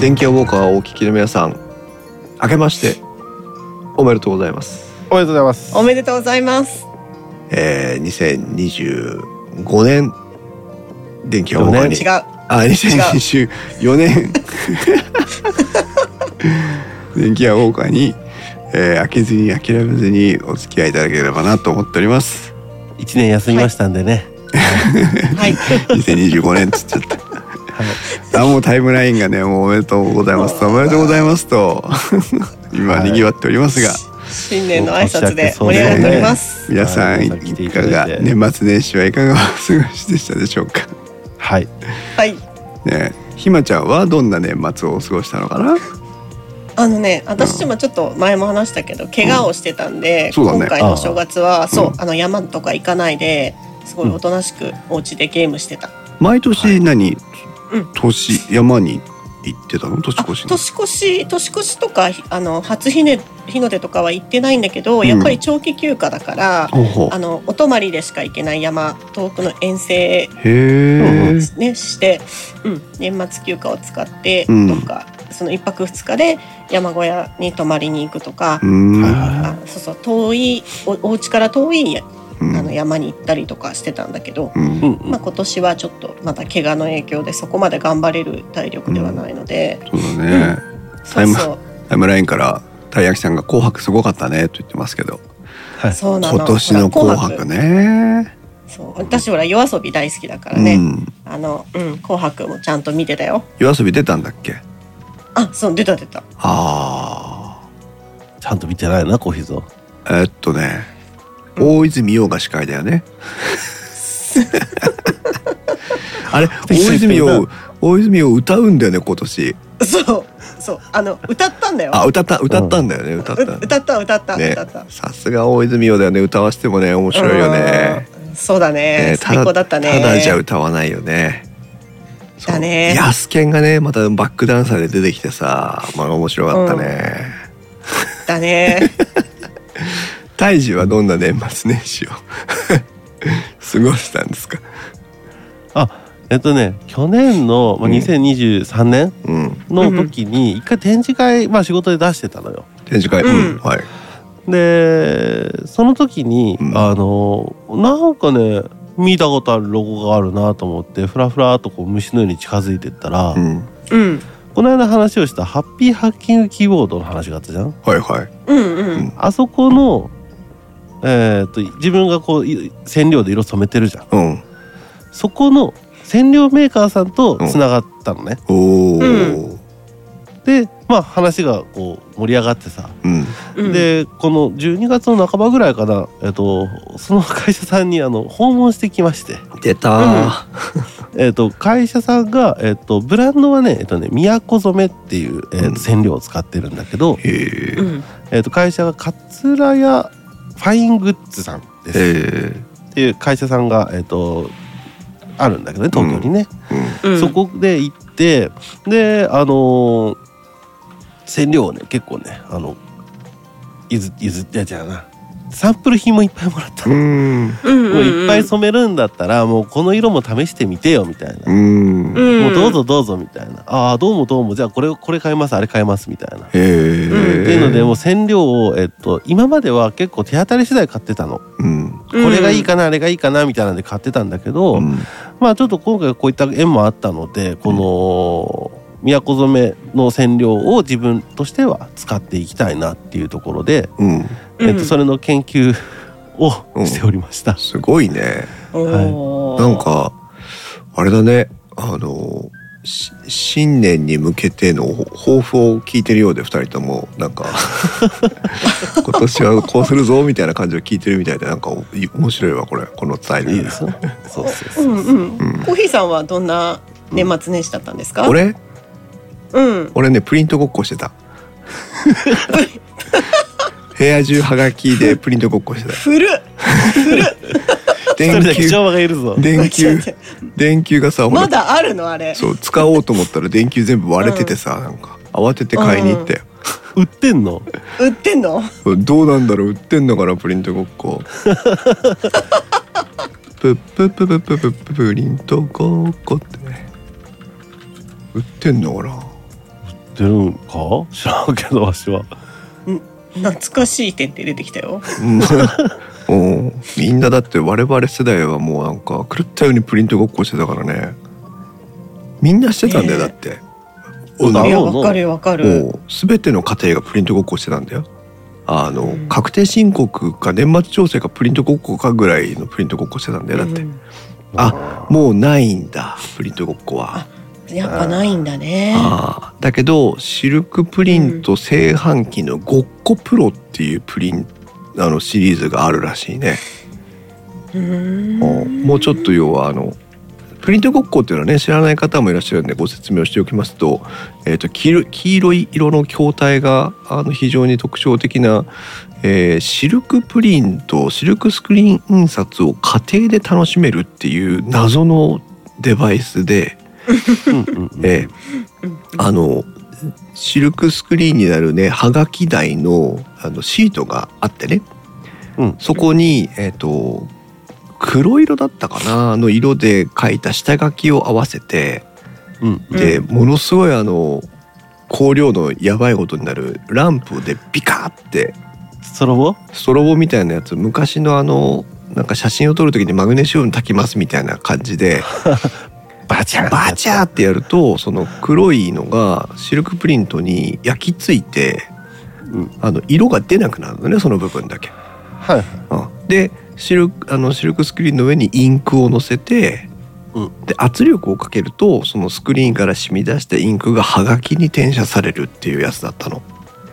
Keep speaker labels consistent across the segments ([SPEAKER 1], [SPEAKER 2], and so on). [SPEAKER 1] 電気屋ウォーカーをお聞きの皆さん明けましておめでとうございます、
[SPEAKER 2] おめでとうございます。
[SPEAKER 3] おめでとうございます。
[SPEAKER 1] えー、2025年電気屋ウォーカーに
[SPEAKER 3] 違う。
[SPEAKER 1] あ2024年 電気屋ウォーカーに、えー、飽きずに諦めずにお付き合いいただければなと思っております
[SPEAKER 4] 一年休みましたんでね。
[SPEAKER 3] はい。
[SPEAKER 1] 2025年っつっちゃったあもうタイムラインがねもうおめでとうございますとおめでとうございます と今
[SPEAKER 4] はい
[SPEAKER 1] にぎわっておりますが、
[SPEAKER 3] 新年の挨拶で盛り上がっております。
[SPEAKER 1] 皆さん
[SPEAKER 4] はい
[SPEAKER 1] い
[SPEAKER 4] 皆さん来てい
[SPEAKER 1] か
[SPEAKER 4] ただ
[SPEAKER 1] が
[SPEAKER 4] いて
[SPEAKER 1] 年末年始はいかがお過ごしでしたでしょうか
[SPEAKER 4] はい。
[SPEAKER 3] はい。
[SPEAKER 1] ねえひまちゃんはどんな年末をお過ごしたのかな
[SPEAKER 3] あのね、私もちょっと前も話したけど、怪我をしてたんで、
[SPEAKER 1] そうだね
[SPEAKER 3] 今回のお正月は、そうう、あの山とか行かないで、すごいおとなしくお家でゲームしてた。
[SPEAKER 1] 毎年何、
[SPEAKER 3] うん
[SPEAKER 1] 年山に行ってたの年
[SPEAKER 3] あ
[SPEAKER 1] 越しに
[SPEAKER 3] 年越し年越しとかひあの初日,、ね、日の出とかは行ってないんだけど、
[SPEAKER 1] ん
[SPEAKER 3] やっぱり長期休暇だから、
[SPEAKER 1] ほうほう
[SPEAKER 3] あのお泊まりでしか行けない山遠くの遠征、
[SPEAKER 1] へえ
[SPEAKER 3] ね、して、うん、年末休暇を使って、
[SPEAKER 1] うん
[SPEAKER 3] とかその1泊2日で山小屋に泊まりに行くとか、
[SPEAKER 1] うん、
[SPEAKER 4] はいはい
[SPEAKER 3] あそうそう遠いおお家から遠いあ
[SPEAKER 1] うん
[SPEAKER 3] の山に行ったりとかしてたんだけど、
[SPEAKER 1] うん
[SPEAKER 4] うんう
[SPEAKER 3] まあ、
[SPEAKER 4] ん。
[SPEAKER 3] 今年はちょっとまた怪我の影響でそこまで頑張れる体力ではないので、
[SPEAKER 1] そうだね、
[SPEAKER 3] そうそう
[SPEAKER 1] タイムラインからたい焼きさんが「紅白すごかったね」と言ってますけど
[SPEAKER 4] はい
[SPEAKER 3] そうなの
[SPEAKER 1] 今年の「紅
[SPEAKER 3] ほ
[SPEAKER 1] 白
[SPEAKER 3] ら
[SPEAKER 1] ね
[SPEAKER 3] そう私ほら夜遊び大好きだから
[SPEAKER 1] う
[SPEAKER 3] ね、
[SPEAKER 1] ん、
[SPEAKER 3] あの、うん、紅白もちゃんと見てたよ
[SPEAKER 1] 夜遊び出たんだっけ
[SPEAKER 3] あそう出た出た
[SPEAKER 1] あ
[SPEAKER 4] ちゃんと見てないな、コーヒーぞ。
[SPEAKER 1] ーえっとね
[SPEAKER 3] うん
[SPEAKER 1] 大泉洋が司会だよねあ れ大泉洋大泉洋歌うんだよね今年
[SPEAKER 3] そうそうあの歌ったんだよ
[SPEAKER 1] あ歌った歌ったんだよね、 歌っ
[SPEAKER 3] う
[SPEAKER 1] た
[SPEAKER 3] 歌った歌った、
[SPEAKER 1] ね
[SPEAKER 3] 歌った、
[SPEAKER 1] さすが大泉洋だよね歌わしてもね面白いよね
[SPEAKER 3] うんそうだね
[SPEAKER 1] ね
[SPEAKER 3] 最高だったね
[SPEAKER 1] ただじゃ歌わないよねそう
[SPEAKER 3] だね
[SPEAKER 1] ヤスケンがねまたバックダンサーで出てきてさまあ面白かったね、
[SPEAKER 3] だね
[SPEAKER 1] タイジはどんな年末年始を 過ごしたんですか
[SPEAKER 4] あ、えっとね、去年の、まあ、
[SPEAKER 1] うん
[SPEAKER 4] 2023年
[SPEAKER 1] うん
[SPEAKER 4] の時に、一回展示会、まあ仕事で出してたのよ。
[SPEAKER 1] 展示会、
[SPEAKER 3] うん
[SPEAKER 1] はい
[SPEAKER 4] で、その時に、
[SPEAKER 1] うん
[SPEAKER 4] あの、なんかね、見たことあるロゴがあるなと思って、ふらふらっとこう虫のように近づいてったら、
[SPEAKER 1] うん
[SPEAKER 3] うん
[SPEAKER 4] この間話をしたハッピーハッキングキーボードの話があったじゃん。
[SPEAKER 1] はいはい
[SPEAKER 3] うんうん、
[SPEAKER 1] うん
[SPEAKER 4] あそこの、えー、と自分がこうい染料で色染めてるじゃん
[SPEAKER 1] うん
[SPEAKER 4] そこの染料メーカーさんとつながったのね、
[SPEAKER 1] おー
[SPEAKER 4] でまあ話がこう盛り上がってさ、
[SPEAKER 1] うん
[SPEAKER 3] うん、
[SPEAKER 4] でこの12月の半ばぐらいかな、えっとその会社さんにあの訪問してきまして、
[SPEAKER 1] 出たー、
[SPEAKER 4] えっと会社さんが、えっとブランドはね,、えっとね宮古染めっていう、えっと
[SPEAKER 1] うん
[SPEAKER 4] 染料を使ってるんだけど、
[SPEAKER 1] へ
[SPEAKER 3] う
[SPEAKER 1] ー
[SPEAKER 3] ん
[SPEAKER 4] えっと会社が桂屋ファイングッズさんです。
[SPEAKER 1] へー
[SPEAKER 4] っていう会社さんが、えっとあるんだけどね東京にね、
[SPEAKER 1] う
[SPEAKER 3] うん、
[SPEAKER 4] そこで行ってであのー染料をね結構ねあの譲っ譲ってやじゃうなサンプル品もいっぱいもらったの、
[SPEAKER 1] ん
[SPEAKER 3] うんうんうん、
[SPEAKER 4] もういっぱい染めるんだったらもうこの色も試してみてよみたいな、
[SPEAKER 1] うんうん
[SPEAKER 3] ん
[SPEAKER 4] もうどうぞどうぞみたいなああどうもどうもじゃあこれこれ買いますあれ買いますみたいな。
[SPEAKER 1] へー
[SPEAKER 3] うん
[SPEAKER 4] っていうのでもう染料を、えっと、今までは結構手当たり次第買ってたの、
[SPEAKER 1] うん
[SPEAKER 3] うん
[SPEAKER 4] これがいいかなあれがいいかなみたいなんで買ってたんだけど、
[SPEAKER 1] うん
[SPEAKER 4] まあちょっと今回こういった縁もあったのでこの宮古染めの染料を自分としては使っていきたいなっていうところで、
[SPEAKER 1] うん
[SPEAKER 3] うん
[SPEAKER 4] えっと、それの研究をしておりました。
[SPEAKER 1] すごいね
[SPEAKER 3] おー
[SPEAKER 1] なんかあれだねあのし新年に向けてのほ抱負を聞いてるようで二人ともなんか今年はこうするぞみたいな感じを聞いてるみたいでなんかおい面白いわこれこのスタイル
[SPEAKER 4] いいですね。そうそう
[SPEAKER 3] う
[SPEAKER 4] そ う。
[SPEAKER 3] んうん、
[SPEAKER 1] うん
[SPEAKER 3] コーヒーさんはどんな年末年始だったんですか、
[SPEAKER 1] 俺
[SPEAKER 3] うん
[SPEAKER 1] 俺ねプリントごっこしてた部屋中はがきでプリントごっこしてた
[SPEAKER 3] 古っ
[SPEAKER 4] 一
[SPEAKER 1] 電
[SPEAKER 4] 人だけ
[SPEAKER 1] 球
[SPEAKER 4] 乗馬がいるぞ。
[SPEAKER 1] 電球
[SPEAKER 3] ちょっと待って
[SPEAKER 1] 電球がさほら
[SPEAKER 3] まだあるのあれ
[SPEAKER 1] そう使おうと思ったら電球全部割れててさ、なんか慌てて買いに行ったよ、
[SPEAKER 4] 売ってんの。
[SPEAKER 3] 売ってんの
[SPEAKER 1] どうなんだろう売ってんのかなプリントごっこプップッププッププッププリントごっこってね売ってんのかな
[SPEAKER 4] 売っってるんか知らんけどわしは
[SPEAKER 3] 懐かしい点って出てきたよ。
[SPEAKER 1] うんうんみんなだって我々世代はもうなんか狂ったようにプリントごっこしてたからねみんなしてたんだよだ
[SPEAKER 3] ねえ
[SPEAKER 1] って、
[SPEAKER 4] そうだろ
[SPEAKER 3] いや、
[SPEAKER 4] うな
[SPEAKER 3] わかるわかる。
[SPEAKER 1] もう全ての家庭がプリントごっこしてたんだよあの、
[SPEAKER 3] うん
[SPEAKER 1] 確定申告か年末調整かプリントごっこかぐらいのプリントごっこしてたんだよだって、
[SPEAKER 3] うん
[SPEAKER 1] あもうないんだプリントごっこは。
[SPEAKER 3] やっぱないんだね。
[SPEAKER 1] あーだけどシルクプリント製版機のごっこプロっていうプリンあのシリーズがあるらしいね。
[SPEAKER 3] うーん
[SPEAKER 1] もうちょっと要はあのプリントごっこっていうのはね知らない方もいらっしゃるんでご説明をしておきますと,、えー、と黄色黄色い色の筐体があの非常に特徴的な、えーシルクプリントシルクスクリーン印刷を家庭で楽しめるっていう謎のデバイスで、
[SPEAKER 4] うんうんうん
[SPEAKER 1] えー
[SPEAKER 3] うん
[SPEAKER 1] あのシルクスクリーンになるねはがき台のあのシートがあってね、
[SPEAKER 4] うん
[SPEAKER 1] そこに、えっと黒色だったかなの色で書いた下書きを合わせて
[SPEAKER 4] うんうん
[SPEAKER 1] でものすごいあの香料のやばいことになるランプでビカーって
[SPEAKER 4] それは
[SPEAKER 1] ストロボみたいなやつ昔のあのなんか写真を撮る時にマグネシウム炊きますみたいな感じで
[SPEAKER 4] バチャン
[SPEAKER 1] バチャーってやるとその黒いのがシルクプリントに焼き付いて
[SPEAKER 4] うん
[SPEAKER 1] あの色が出なくなるのねその部分だけ。
[SPEAKER 4] はいはい
[SPEAKER 1] うんでシルクあのシルクスクリーンの上にインクを乗せて、
[SPEAKER 4] うん
[SPEAKER 1] で圧力をかけるとそのスクリーンから染み出したインクがはがきに転写されるっていうやつだったの。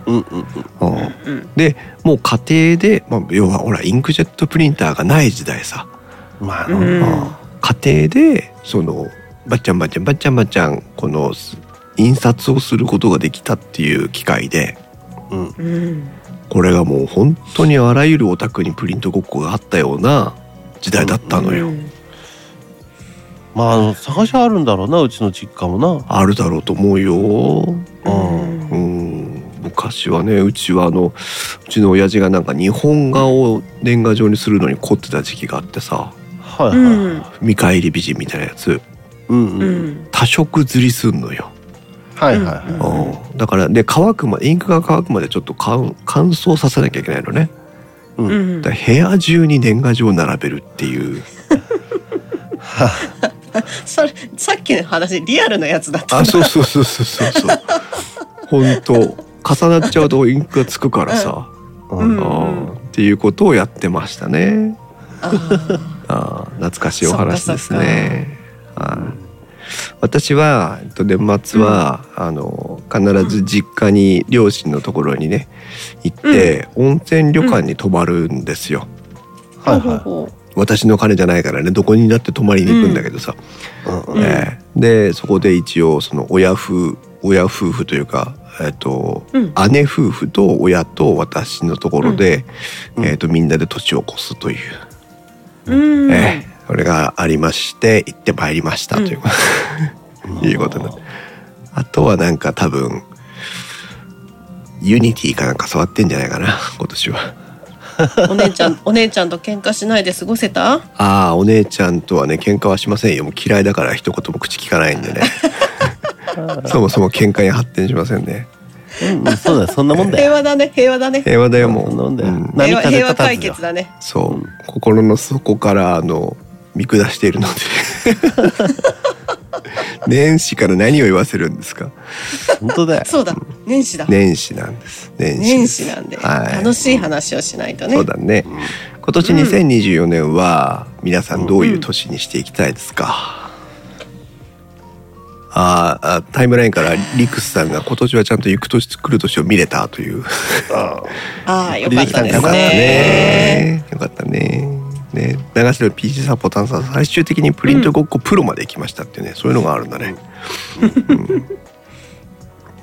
[SPEAKER 4] うんうんうん
[SPEAKER 1] うん
[SPEAKER 3] うん
[SPEAKER 1] もう家庭で、まあ、要はほらインクジェットプリンターがない時代さ。
[SPEAKER 4] まあ
[SPEAKER 3] う
[SPEAKER 4] な、
[SPEAKER 3] ん
[SPEAKER 1] 家庭でそのバッチャンバッチャンバッチャンバッチャンこの印刷をすることができたっていう機会で
[SPEAKER 4] うん
[SPEAKER 3] うん
[SPEAKER 1] これがもう本当にあらゆるお宅にプリントごっこがあったような時代だったのよ。
[SPEAKER 3] うん
[SPEAKER 4] まああの探しはあるんだろうなうちの実家もな
[SPEAKER 1] あるだろうと思うよ。
[SPEAKER 4] うん
[SPEAKER 1] うん昔はねうちはあのうちの親父がなんか日本画を年賀状にするのに凝ってた時期があってさ
[SPEAKER 4] はいはい、
[SPEAKER 3] うん
[SPEAKER 1] 見返り美人みたいなやつ
[SPEAKER 4] うん
[SPEAKER 3] う
[SPEAKER 4] うん
[SPEAKER 3] ん
[SPEAKER 1] 多色刷りすんのよ。
[SPEAKER 4] はいはいはい、
[SPEAKER 3] うん
[SPEAKER 1] うんだからで乾くまインクが乾くまでちょっと乾乾燥させなきゃいけないのね
[SPEAKER 3] うん
[SPEAKER 1] だから部屋中に年賀状を並べるっていう
[SPEAKER 3] それさっきの話リアルなやつだった
[SPEAKER 1] あ
[SPEAKER 3] んだ
[SPEAKER 1] そうそうそうそうそうそう本当重なっちゃうとインクがつくからさ、
[SPEAKER 4] う
[SPEAKER 3] うん
[SPEAKER 4] ん
[SPEAKER 1] あーっていうことをやってましたね
[SPEAKER 3] あー
[SPEAKER 1] あー懐かしいお話ですねはい私はえっと年末は、あの必ず実家に両親のところにね行って、温泉旅館に泊まるんですよ、
[SPEAKER 4] はい
[SPEAKER 3] ほう
[SPEAKER 4] は
[SPEAKER 3] ほう
[SPEAKER 1] 私の金じゃないからねどこにだって泊まりに行くんだけどさ、
[SPEAKER 4] いうん
[SPEAKER 3] うん
[SPEAKER 1] ええでそこで一応その親夫親夫婦というか、えっと
[SPEAKER 3] うん
[SPEAKER 1] 姉夫婦と親と私のところで、
[SPEAKER 4] うん
[SPEAKER 1] えっとみんなで年を越すという、
[SPEAKER 3] うん
[SPEAKER 1] ええそれがありまして行ってまいりましたという、
[SPEAKER 4] うん
[SPEAKER 1] いうこと だあとはなんか多分ユニティかなんか触ってんじゃないかな今年は。
[SPEAKER 3] お姉ちゃんお姉ちゃんと喧嘩しないで過ごせた
[SPEAKER 1] ああお姉ちゃんとはね喧嘩はしませんよもう嫌いだから一言も口聞かないんでねそもそも喧嘩に発展しませんね
[SPEAKER 4] うんうんそうだよそんなもんだ
[SPEAKER 3] 平
[SPEAKER 4] よ
[SPEAKER 3] 和だね平和だね
[SPEAKER 1] 平和だよもう
[SPEAKER 4] そんなもんだよ
[SPEAKER 1] うん
[SPEAKER 3] 平和
[SPEAKER 4] 波風立たずよ
[SPEAKER 3] 平和解決だね
[SPEAKER 1] そう、
[SPEAKER 4] うん
[SPEAKER 1] 心の底からあの見下しているので年始から何を言わせるんですか
[SPEAKER 4] 本当だよ
[SPEAKER 3] そうだ年始だ
[SPEAKER 1] 年始なんです年始
[SPEAKER 3] 年
[SPEAKER 1] です
[SPEAKER 3] 始なんで
[SPEAKER 1] はい
[SPEAKER 3] 楽しい話をしないとね
[SPEAKER 1] そうだね今年2024年は皆さんどういう年にしていきたいですか、あーあタイムラインからリクスさんが今年はちゃんと行く年来る年を見れたという
[SPEAKER 4] あ
[SPEAKER 3] ああよかったで
[SPEAKER 1] よ
[SPEAKER 3] す
[SPEAKER 1] かった
[SPEAKER 3] ね
[SPEAKER 1] ねよかったねね流しの PC サポタンさん最終的にプリントごっこプロまで行きましたっていうね、そういうのがあるんだね、うん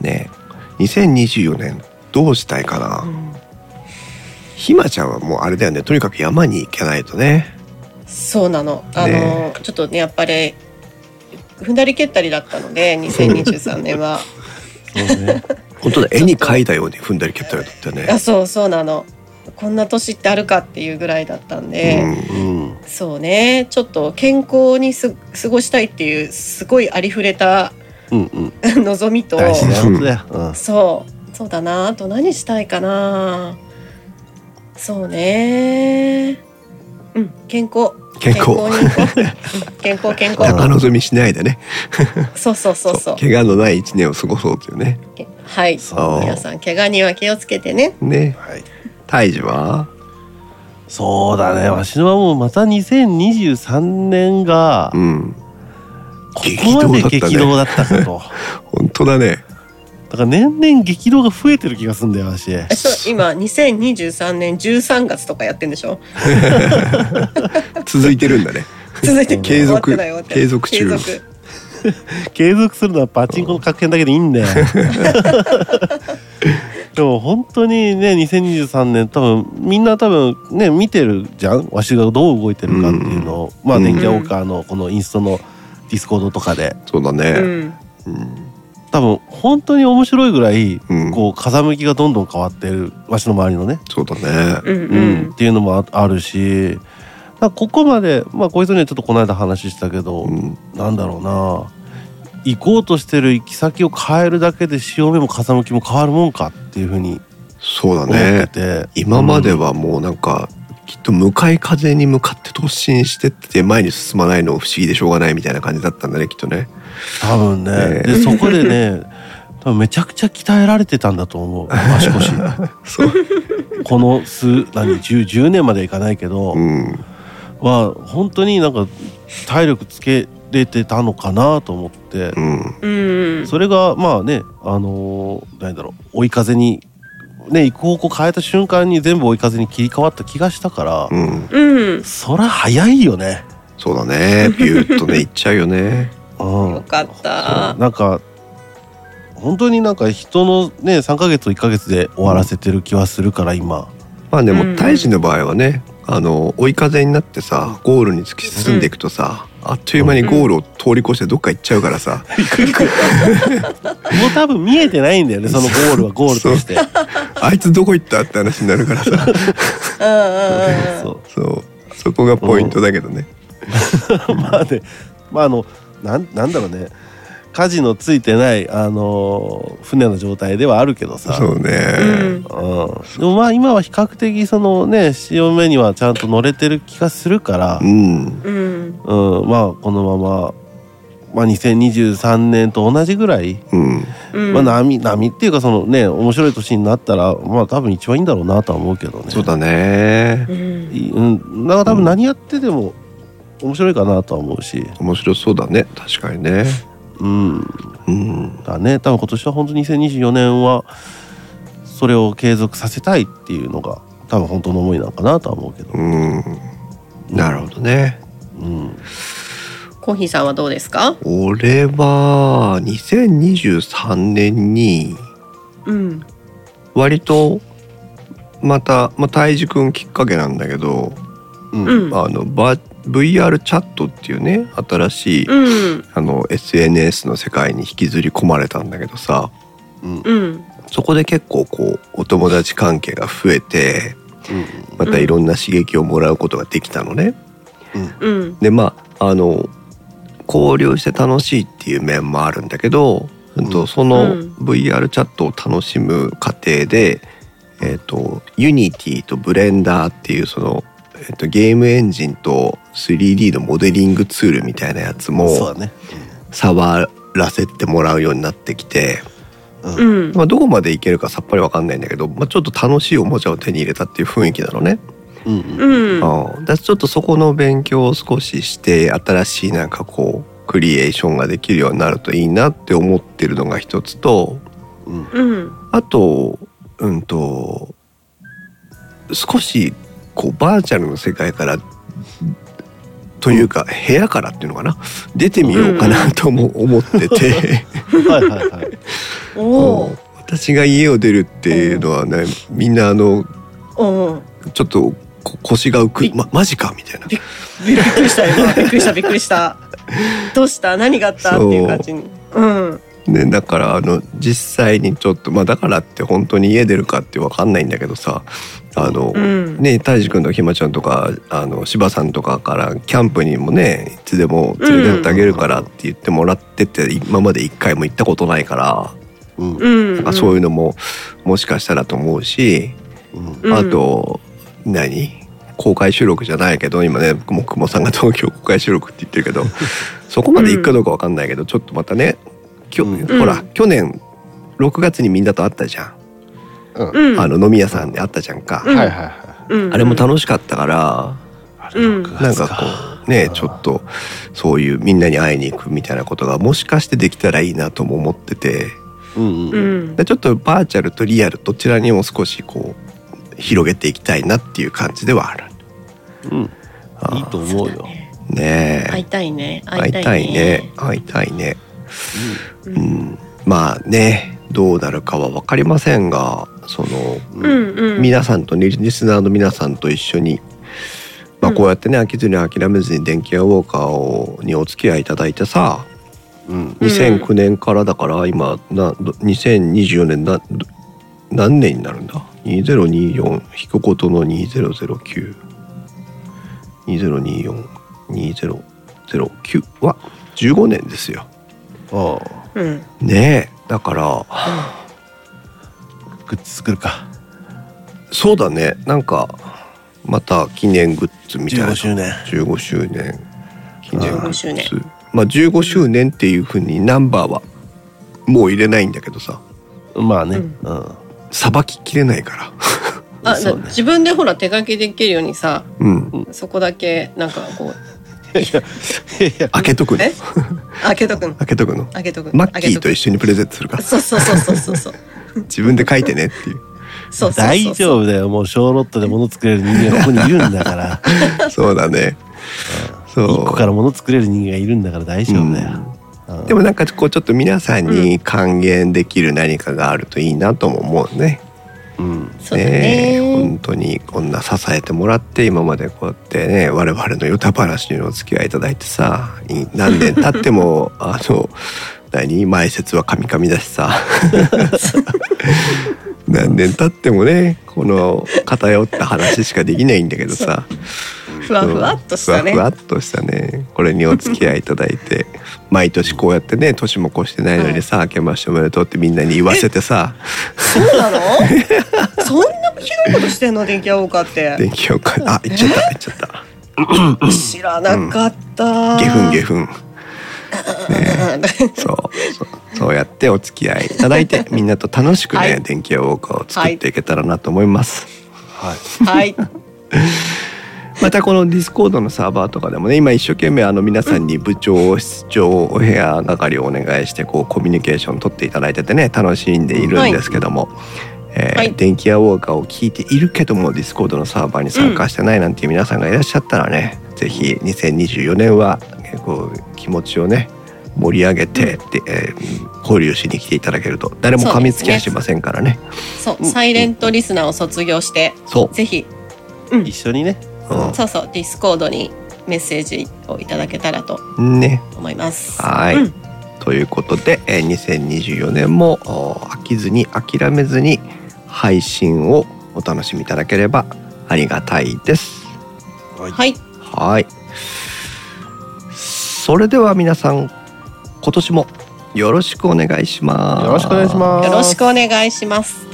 [SPEAKER 1] ね2024年どうしたいかな、ひまちゃんはもうあれだよねとにかく山に行けないとね
[SPEAKER 3] そうなのあ
[SPEAKER 1] ね
[SPEAKER 3] のちょっとねやっぱり踏んだり蹴ったりだったので2023年は
[SPEAKER 4] ーそうね
[SPEAKER 1] 本当だ絵に描いたように踏んだり蹴ったりだったよ
[SPEAKER 3] あ
[SPEAKER 1] ね、
[SPEAKER 3] そうそうなのこんな年ってあるかっていうぐらいだったんで、
[SPEAKER 4] うん
[SPEAKER 3] そうねちょっと健康にす過ごしたいっていうすごいありふれた
[SPEAKER 4] うんうん
[SPEAKER 3] 望みと
[SPEAKER 4] 大事なことだよ、うん
[SPEAKER 3] そうそうだなあと何したいかなそうねうん健康
[SPEAKER 1] 健康
[SPEAKER 3] に行こううん健康健
[SPEAKER 4] だ
[SPEAKER 3] 康
[SPEAKER 4] か
[SPEAKER 1] 高望みしないでね
[SPEAKER 3] そうそうそうそう
[SPEAKER 1] 怪我のない一年を過ごそうというね
[SPEAKER 3] けはい
[SPEAKER 4] そう
[SPEAKER 3] 皆さん怪我には気をつけてね
[SPEAKER 1] ね
[SPEAKER 4] はい
[SPEAKER 1] 胎児は
[SPEAKER 4] そうだねわしのはもうまた2023年が
[SPEAKER 1] うん
[SPEAKER 4] ここまで激
[SPEAKER 1] 激
[SPEAKER 4] 動だったかと
[SPEAKER 1] 本当だね
[SPEAKER 4] だから年々激動が増えてる気がすんだよわし
[SPEAKER 3] えそう今2023年13月とかやってんでしょ
[SPEAKER 1] 続いてるんだね
[SPEAKER 3] 続いて
[SPEAKER 1] 継続
[SPEAKER 3] 終わってない終わってない
[SPEAKER 1] 継続中
[SPEAKER 3] 継続
[SPEAKER 4] 継続するのはパチンコの格変だけでいいんだよ でも本当にね2023年多分みんな多分ね見てるじゃんわしがどう動いてるかっていうのを、まあ
[SPEAKER 1] うん
[SPEAKER 4] 電気屋ウォーカーのこのインストのディスコードとかで
[SPEAKER 1] そうだ
[SPEAKER 3] う
[SPEAKER 1] ね
[SPEAKER 3] ん
[SPEAKER 1] うん
[SPEAKER 4] 多分本当に面白いぐらい
[SPEAKER 1] うん
[SPEAKER 4] こう風向きがどんどん変わってるわしの周りのね、
[SPEAKER 1] そうだね
[SPEAKER 3] うんう
[SPEAKER 4] うんっ
[SPEAKER 3] ん
[SPEAKER 4] ていうのもああるしだからここまでまあこいつにはちょっとこの間話したけど、
[SPEAKER 1] うん
[SPEAKER 4] なんだろうな行こうとしてる行き先を変えるだけで潮目も風向きも変わるもんかっていうふうに
[SPEAKER 1] そうだ
[SPEAKER 4] 思って
[SPEAKER 1] ね
[SPEAKER 4] て、
[SPEAKER 1] 今まではもうなんかきっと向かい風に向かって突進してって前に進まないの不思議でしょうがないみたいな感じだったんだねきっとね
[SPEAKER 4] 多分ね、
[SPEAKER 1] ええ
[SPEAKER 4] でそこでね 多分めちゃくちゃ鍛えられてたんだと思う足腰
[SPEAKER 1] そう
[SPEAKER 4] この数何 10, 10年まではいかないけど、
[SPEAKER 1] うん
[SPEAKER 4] は本当になんか体力つけれてたのかなと思って、
[SPEAKER 1] うん
[SPEAKER 3] うん
[SPEAKER 4] それがまあねあのー何だろう追い風にね行く方向変えた瞬間に全部追い風に切り替わった気がしたから、
[SPEAKER 1] うん
[SPEAKER 3] うん
[SPEAKER 4] そら早いよね。
[SPEAKER 1] そうだねピューッとねいっちゃうよ ね
[SPEAKER 4] うん、
[SPEAKER 3] よかった
[SPEAKER 4] そうなんか本当になんか人のね3ヶ月と1ヶ月で終わらせてる気はするから今。
[SPEAKER 1] まあで
[SPEAKER 3] うん
[SPEAKER 1] も胎児の場合はねあの追い風になってさゴールに突き進んでいくとさ、あっという間にゴールを通り越してどっか行っちゃうからさ、
[SPEAKER 4] もう多分見えてないんだよねそのゴー ルはゴールとして。
[SPEAKER 1] あいつどこ行ったって話になるからさ
[SPEAKER 3] うんうんうん
[SPEAKER 4] そ
[SPEAKER 1] そうそこがポイントだけどね、
[SPEAKER 4] う まあねまああのなんなんだろうね火事のついてないあのー船の状態ではあるけどさ。
[SPEAKER 1] そうね、
[SPEAKER 4] うん、でもまあ今は比較的そのね潮目にはちゃんと乗れてる気がするから
[SPEAKER 1] う、ん、
[SPEAKER 3] うんうん
[SPEAKER 4] うん、まあこのまま、まあ、2023年と同じぐらい、
[SPEAKER 1] うん、
[SPEAKER 3] うん
[SPEAKER 4] まあ、波波っていうかそのね面白い年になったらまあ多分一番いいんだろうなとは思うけどね
[SPEAKER 1] そうだね
[SPEAKER 3] うん
[SPEAKER 4] いうん、なんか多分何やってでも面白いかなとは思うし、
[SPEAKER 1] 面白そうだね確かにね
[SPEAKER 4] うん、
[SPEAKER 1] うん
[SPEAKER 4] だね多分今年は本当に2024年はそれを継続させたいっていうのが多分本当の思いなのかなとは思うけど、
[SPEAKER 1] うんなるほどね
[SPEAKER 4] うん、
[SPEAKER 3] コーヒーさんはどうですか
[SPEAKER 1] 俺は2023年に
[SPEAKER 3] うん
[SPEAKER 1] 割とまた、まあ、胎児くんきっかけなんだけど、
[SPEAKER 4] うん
[SPEAKER 3] うん
[SPEAKER 1] あのバ VR チャットっていうね新しい、
[SPEAKER 3] うん
[SPEAKER 1] あの SNS の世界に引きずり込まれたんだけどさ
[SPEAKER 4] うん
[SPEAKER 3] うん
[SPEAKER 1] そこで結構こうお友達関係が増えてまたいろんな刺激をもらうことができたのね。
[SPEAKER 3] うん
[SPEAKER 1] でまああの交流して楽しいっていう面もあるんだけど、うん
[SPEAKER 4] う
[SPEAKER 1] と、
[SPEAKER 4] ん
[SPEAKER 1] そうの
[SPEAKER 3] ん
[SPEAKER 1] VR チャットを楽しむ過程で、えっと Unity と Blender っていうその、えっとゲームエンジンと 3D のモデリングツールみたいなやつ
[SPEAKER 4] うん、
[SPEAKER 1] も
[SPEAKER 4] そうだね、
[SPEAKER 1] 触らせてもらうようになってきて、
[SPEAKER 4] うんうん
[SPEAKER 3] うん
[SPEAKER 1] まあ、どこまでいけるかさっぱりわかんないんだけど、まあ、ちょっと楽しいおもちゃを手に入れたっていう雰囲気なのね。
[SPEAKER 4] うんうん
[SPEAKER 3] うん
[SPEAKER 1] うん、だからちょっとそこの勉強を少しして新しいなんかこうクリエーションができるようになるといいなって思ってるのが一つと
[SPEAKER 4] うん
[SPEAKER 3] うん
[SPEAKER 1] あとうんと少しこうバーチャルの世界からというか部屋からっていうのかな出てみようかなとも思ってて、
[SPEAKER 4] はいはいはい
[SPEAKER 3] お
[SPEAKER 1] う
[SPEAKER 3] ー
[SPEAKER 1] ん私が家を出るっていうのはねみんなあの
[SPEAKER 3] おー
[SPEAKER 1] ちょっとこ腰が浮く、ま、マジかみたいな
[SPEAKER 3] びびっくりした今びっくりしたびっくりしたどうした何があったっていう感じにうん
[SPEAKER 1] ね、だからあの実際にちょっとまあだからって本当に家出るかって分かんないんだけどさあの、
[SPEAKER 3] うん
[SPEAKER 1] ねたいじくんとひまちゃんとかあの柴さんとかからキャンプにもねいつでも連れてってあげるからって言ってもらってて、今まで一回も行ったことないから、
[SPEAKER 4] うん
[SPEAKER 3] うん、
[SPEAKER 1] あそういう
[SPEAKER 3] う
[SPEAKER 1] のももしかしたらと思うし、
[SPEAKER 4] うん
[SPEAKER 3] うん
[SPEAKER 1] あと何公開収録じゃないけど今ね僕も久保さんが東京公開収録って言ってるけどそこまで行くかどうかわかんないけど、ちょっとまたねきょ、
[SPEAKER 4] うん
[SPEAKER 1] ほら
[SPEAKER 3] うん
[SPEAKER 1] 去年6月にみんなと会ったじゃん、
[SPEAKER 4] うん
[SPEAKER 3] ん、
[SPEAKER 1] あの飲み屋さんで会ったじゃんか、
[SPEAKER 3] うん
[SPEAKER 4] はいはいはい
[SPEAKER 3] うん、
[SPEAKER 1] あれも楽しかったから
[SPEAKER 4] あ
[SPEAKER 3] う
[SPEAKER 4] れ
[SPEAKER 3] ん
[SPEAKER 1] な
[SPEAKER 4] 6
[SPEAKER 1] ん
[SPEAKER 4] 月
[SPEAKER 1] か
[SPEAKER 4] か
[SPEAKER 1] こうねちょっとそういうみんなに会いに行くみたいなことがもしかしてできたらいいなとも思ってて。
[SPEAKER 4] うんう
[SPEAKER 3] うんん
[SPEAKER 1] でちょっとバーチャルとリアルどちらにも少しこう広げていきたいなっていう感じではある。
[SPEAKER 4] うん
[SPEAKER 1] あー
[SPEAKER 4] いいと思うよ
[SPEAKER 1] ねえ
[SPEAKER 3] 会いたいね会
[SPEAKER 1] 会
[SPEAKER 3] い
[SPEAKER 1] い
[SPEAKER 3] た
[SPEAKER 1] た
[SPEAKER 3] い
[SPEAKER 1] い
[SPEAKER 3] ね
[SPEAKER 1] ね会いたいね。
[SPEAKER 3] う
[SPEAKER 1] うんん、まあねどうなるかは分かりませんがその、
[SPEAKER 4] う
[SPEAKER 3] うんんうん
[SPEAKER 1] 皆さんとねリスナーの皆さんと一緒に、まあ、
[SPEAKER 3] うん
[SPEAKER 1] こうやってね飽きずに諦めずに電気屋ウォーカーをにお付き合いいただいてさ
[SPEAKER 4] うん
[SPEAKER 1] 2009年からだから今など2024年など何年になるんだ2024引くことの200920242009は15年ですよ。
[SPEAKER 4] あ
[SPEAKER 3] うん
[SPEAKER 1] ねえだから
[SPEAKER 4] あグッズ作るか
[SPEAKER 1] そうだねなんかまた記念グッズみたいな
[SPEAKER 4] 15周年
[SPEAKER 1] 15周年記念グッ
[SPEAKER 3] 15周年
[SPEAKER 1] ズまあ15周年っていうふうにナンバーはもう入れないんだけどさ
[SPEAKER 4] まあね
[SPEAKER 3] う
[SPEAKER 4] うんん
[SPEAKER 1] さばききれないから
[SPEAKER 3] あ、
[SPEAKER 4] そう
[SPEAKER 3] な
[SPEAKER 4] ね
[SPEAKER 3] 自分でほら手書きできるようにさ
[SPEAKER 1] うん
[SPEAKER 3] そこだけなんかこう
[SPEAKER 4] いやいや
[SPEAKER 1] 開けとくの
[SPEAKER 3] え 開けとくの
[SPEAKER 1] 開けとくの
[SPEAKER 3] 開けとくの
[SPEAKER 1] マッキーと一
[SPEAKER 3] 緒
[SPEAKER 1] 緒にプレゼントするから
[SPEAKER 3] そうそうそうそうそうそう
[SPEAKER 1] 自分で書いてねっていう
[SPEAKER 3] そうそうそうそう
[SPEAKER 4] 大丈夫だよもう小ロットで物作れる人間がここにいるんだから
[SPEAKER 1] そうだねそう
[SPEAKER 4] 一個から物作れる人間がいるんだから大丈夫だようん
[SPEAKER 1] でもなんかこうちょっと皆さんに還元できる何かがあるといいなとも思うね、
[SPEAKER 4] うん
[SPEAKER 3] そうだね
[SPEAKER 1] え本当にこんな支えてもらって今までこうやってね我々のヨタ話にお付き合いいただいてさい何年経っても あの何前説はカミカミだし さ何年経ってもねこの偏った話しかできないんだけどさ
[SPEAKER 3] ふわふわっとしたね
[SPEAKER 1] ふわふわっとしたねこれにお付き合いいただいて毎年こうやってね年も越してないのにさ「明けましておめでとう」ってみんなに言わせてさ
[SPEAKER 3] そうなのそんなひどいことしてんの電気屋ウォーカーって
[SPEAKER 1] 電気を変えあ行っちゃった行っちゃった。
[SPEAKER 3] 知らなかった
[SPEAKER 1] ゲフンゲフン
[SPEAKER 3] うん
[SPEAKER 1] そうそうそうやってお付き合いいただいてみんなと楽しくね、
[SPEAKER 3] はい
[SPEAKER 1] 電気屋ウォーカーを作っていけたらなと思います、
[SPEAKER 4] はい
[SPEAKER 3] はい
[SPEAKER 1] またこのディスコードのサーバーとかでもね今一生懸命あの皆さんに部長室長お部屋係をお願いしてこうコミュニケーション取っていただいててね楽しんでいるんですけども、えー
[SPEAKER 3] はい
[SPEAKER 1] 電気屋ウォーカーを聞いているけどもディスコードのサーバーに参加してないなんていう皆さんがいらっしゃったらね、ぜひ2024年はえーこう気持ちをね盛り上げて、でえー交流しに来ていただけると誰も噛みつきはしませんからね。
[SPEAKER 3] そうサイレントリスナーを卒業して
[SPEAKER 1] そう
[SPEAKER 3] ぜひ
[SPEAKER 4] 一緒にね
[SPEAKER 1] うん
[SPEAKER 3] そうそうディスコードにメッセージをいただけたらと
[SPEAKER 1] ね
[SPEAKER 3] 思います
[SPEAKER 1] はい
[SPEAKER 3] うん
[SPEAKER 1] ということで、えー2024年もお飽きずに諦めずに配信をお楽しみいただければありがたいです。
[SPEAKER 4] はい
[SPEAKER 3] はい
[SPEAKER 1] はい。それでは皆さん今年もよろしくお願いします。
[SPEAKER 4] よろしくお願いします
[SPEAKER 3] よろしくお願いします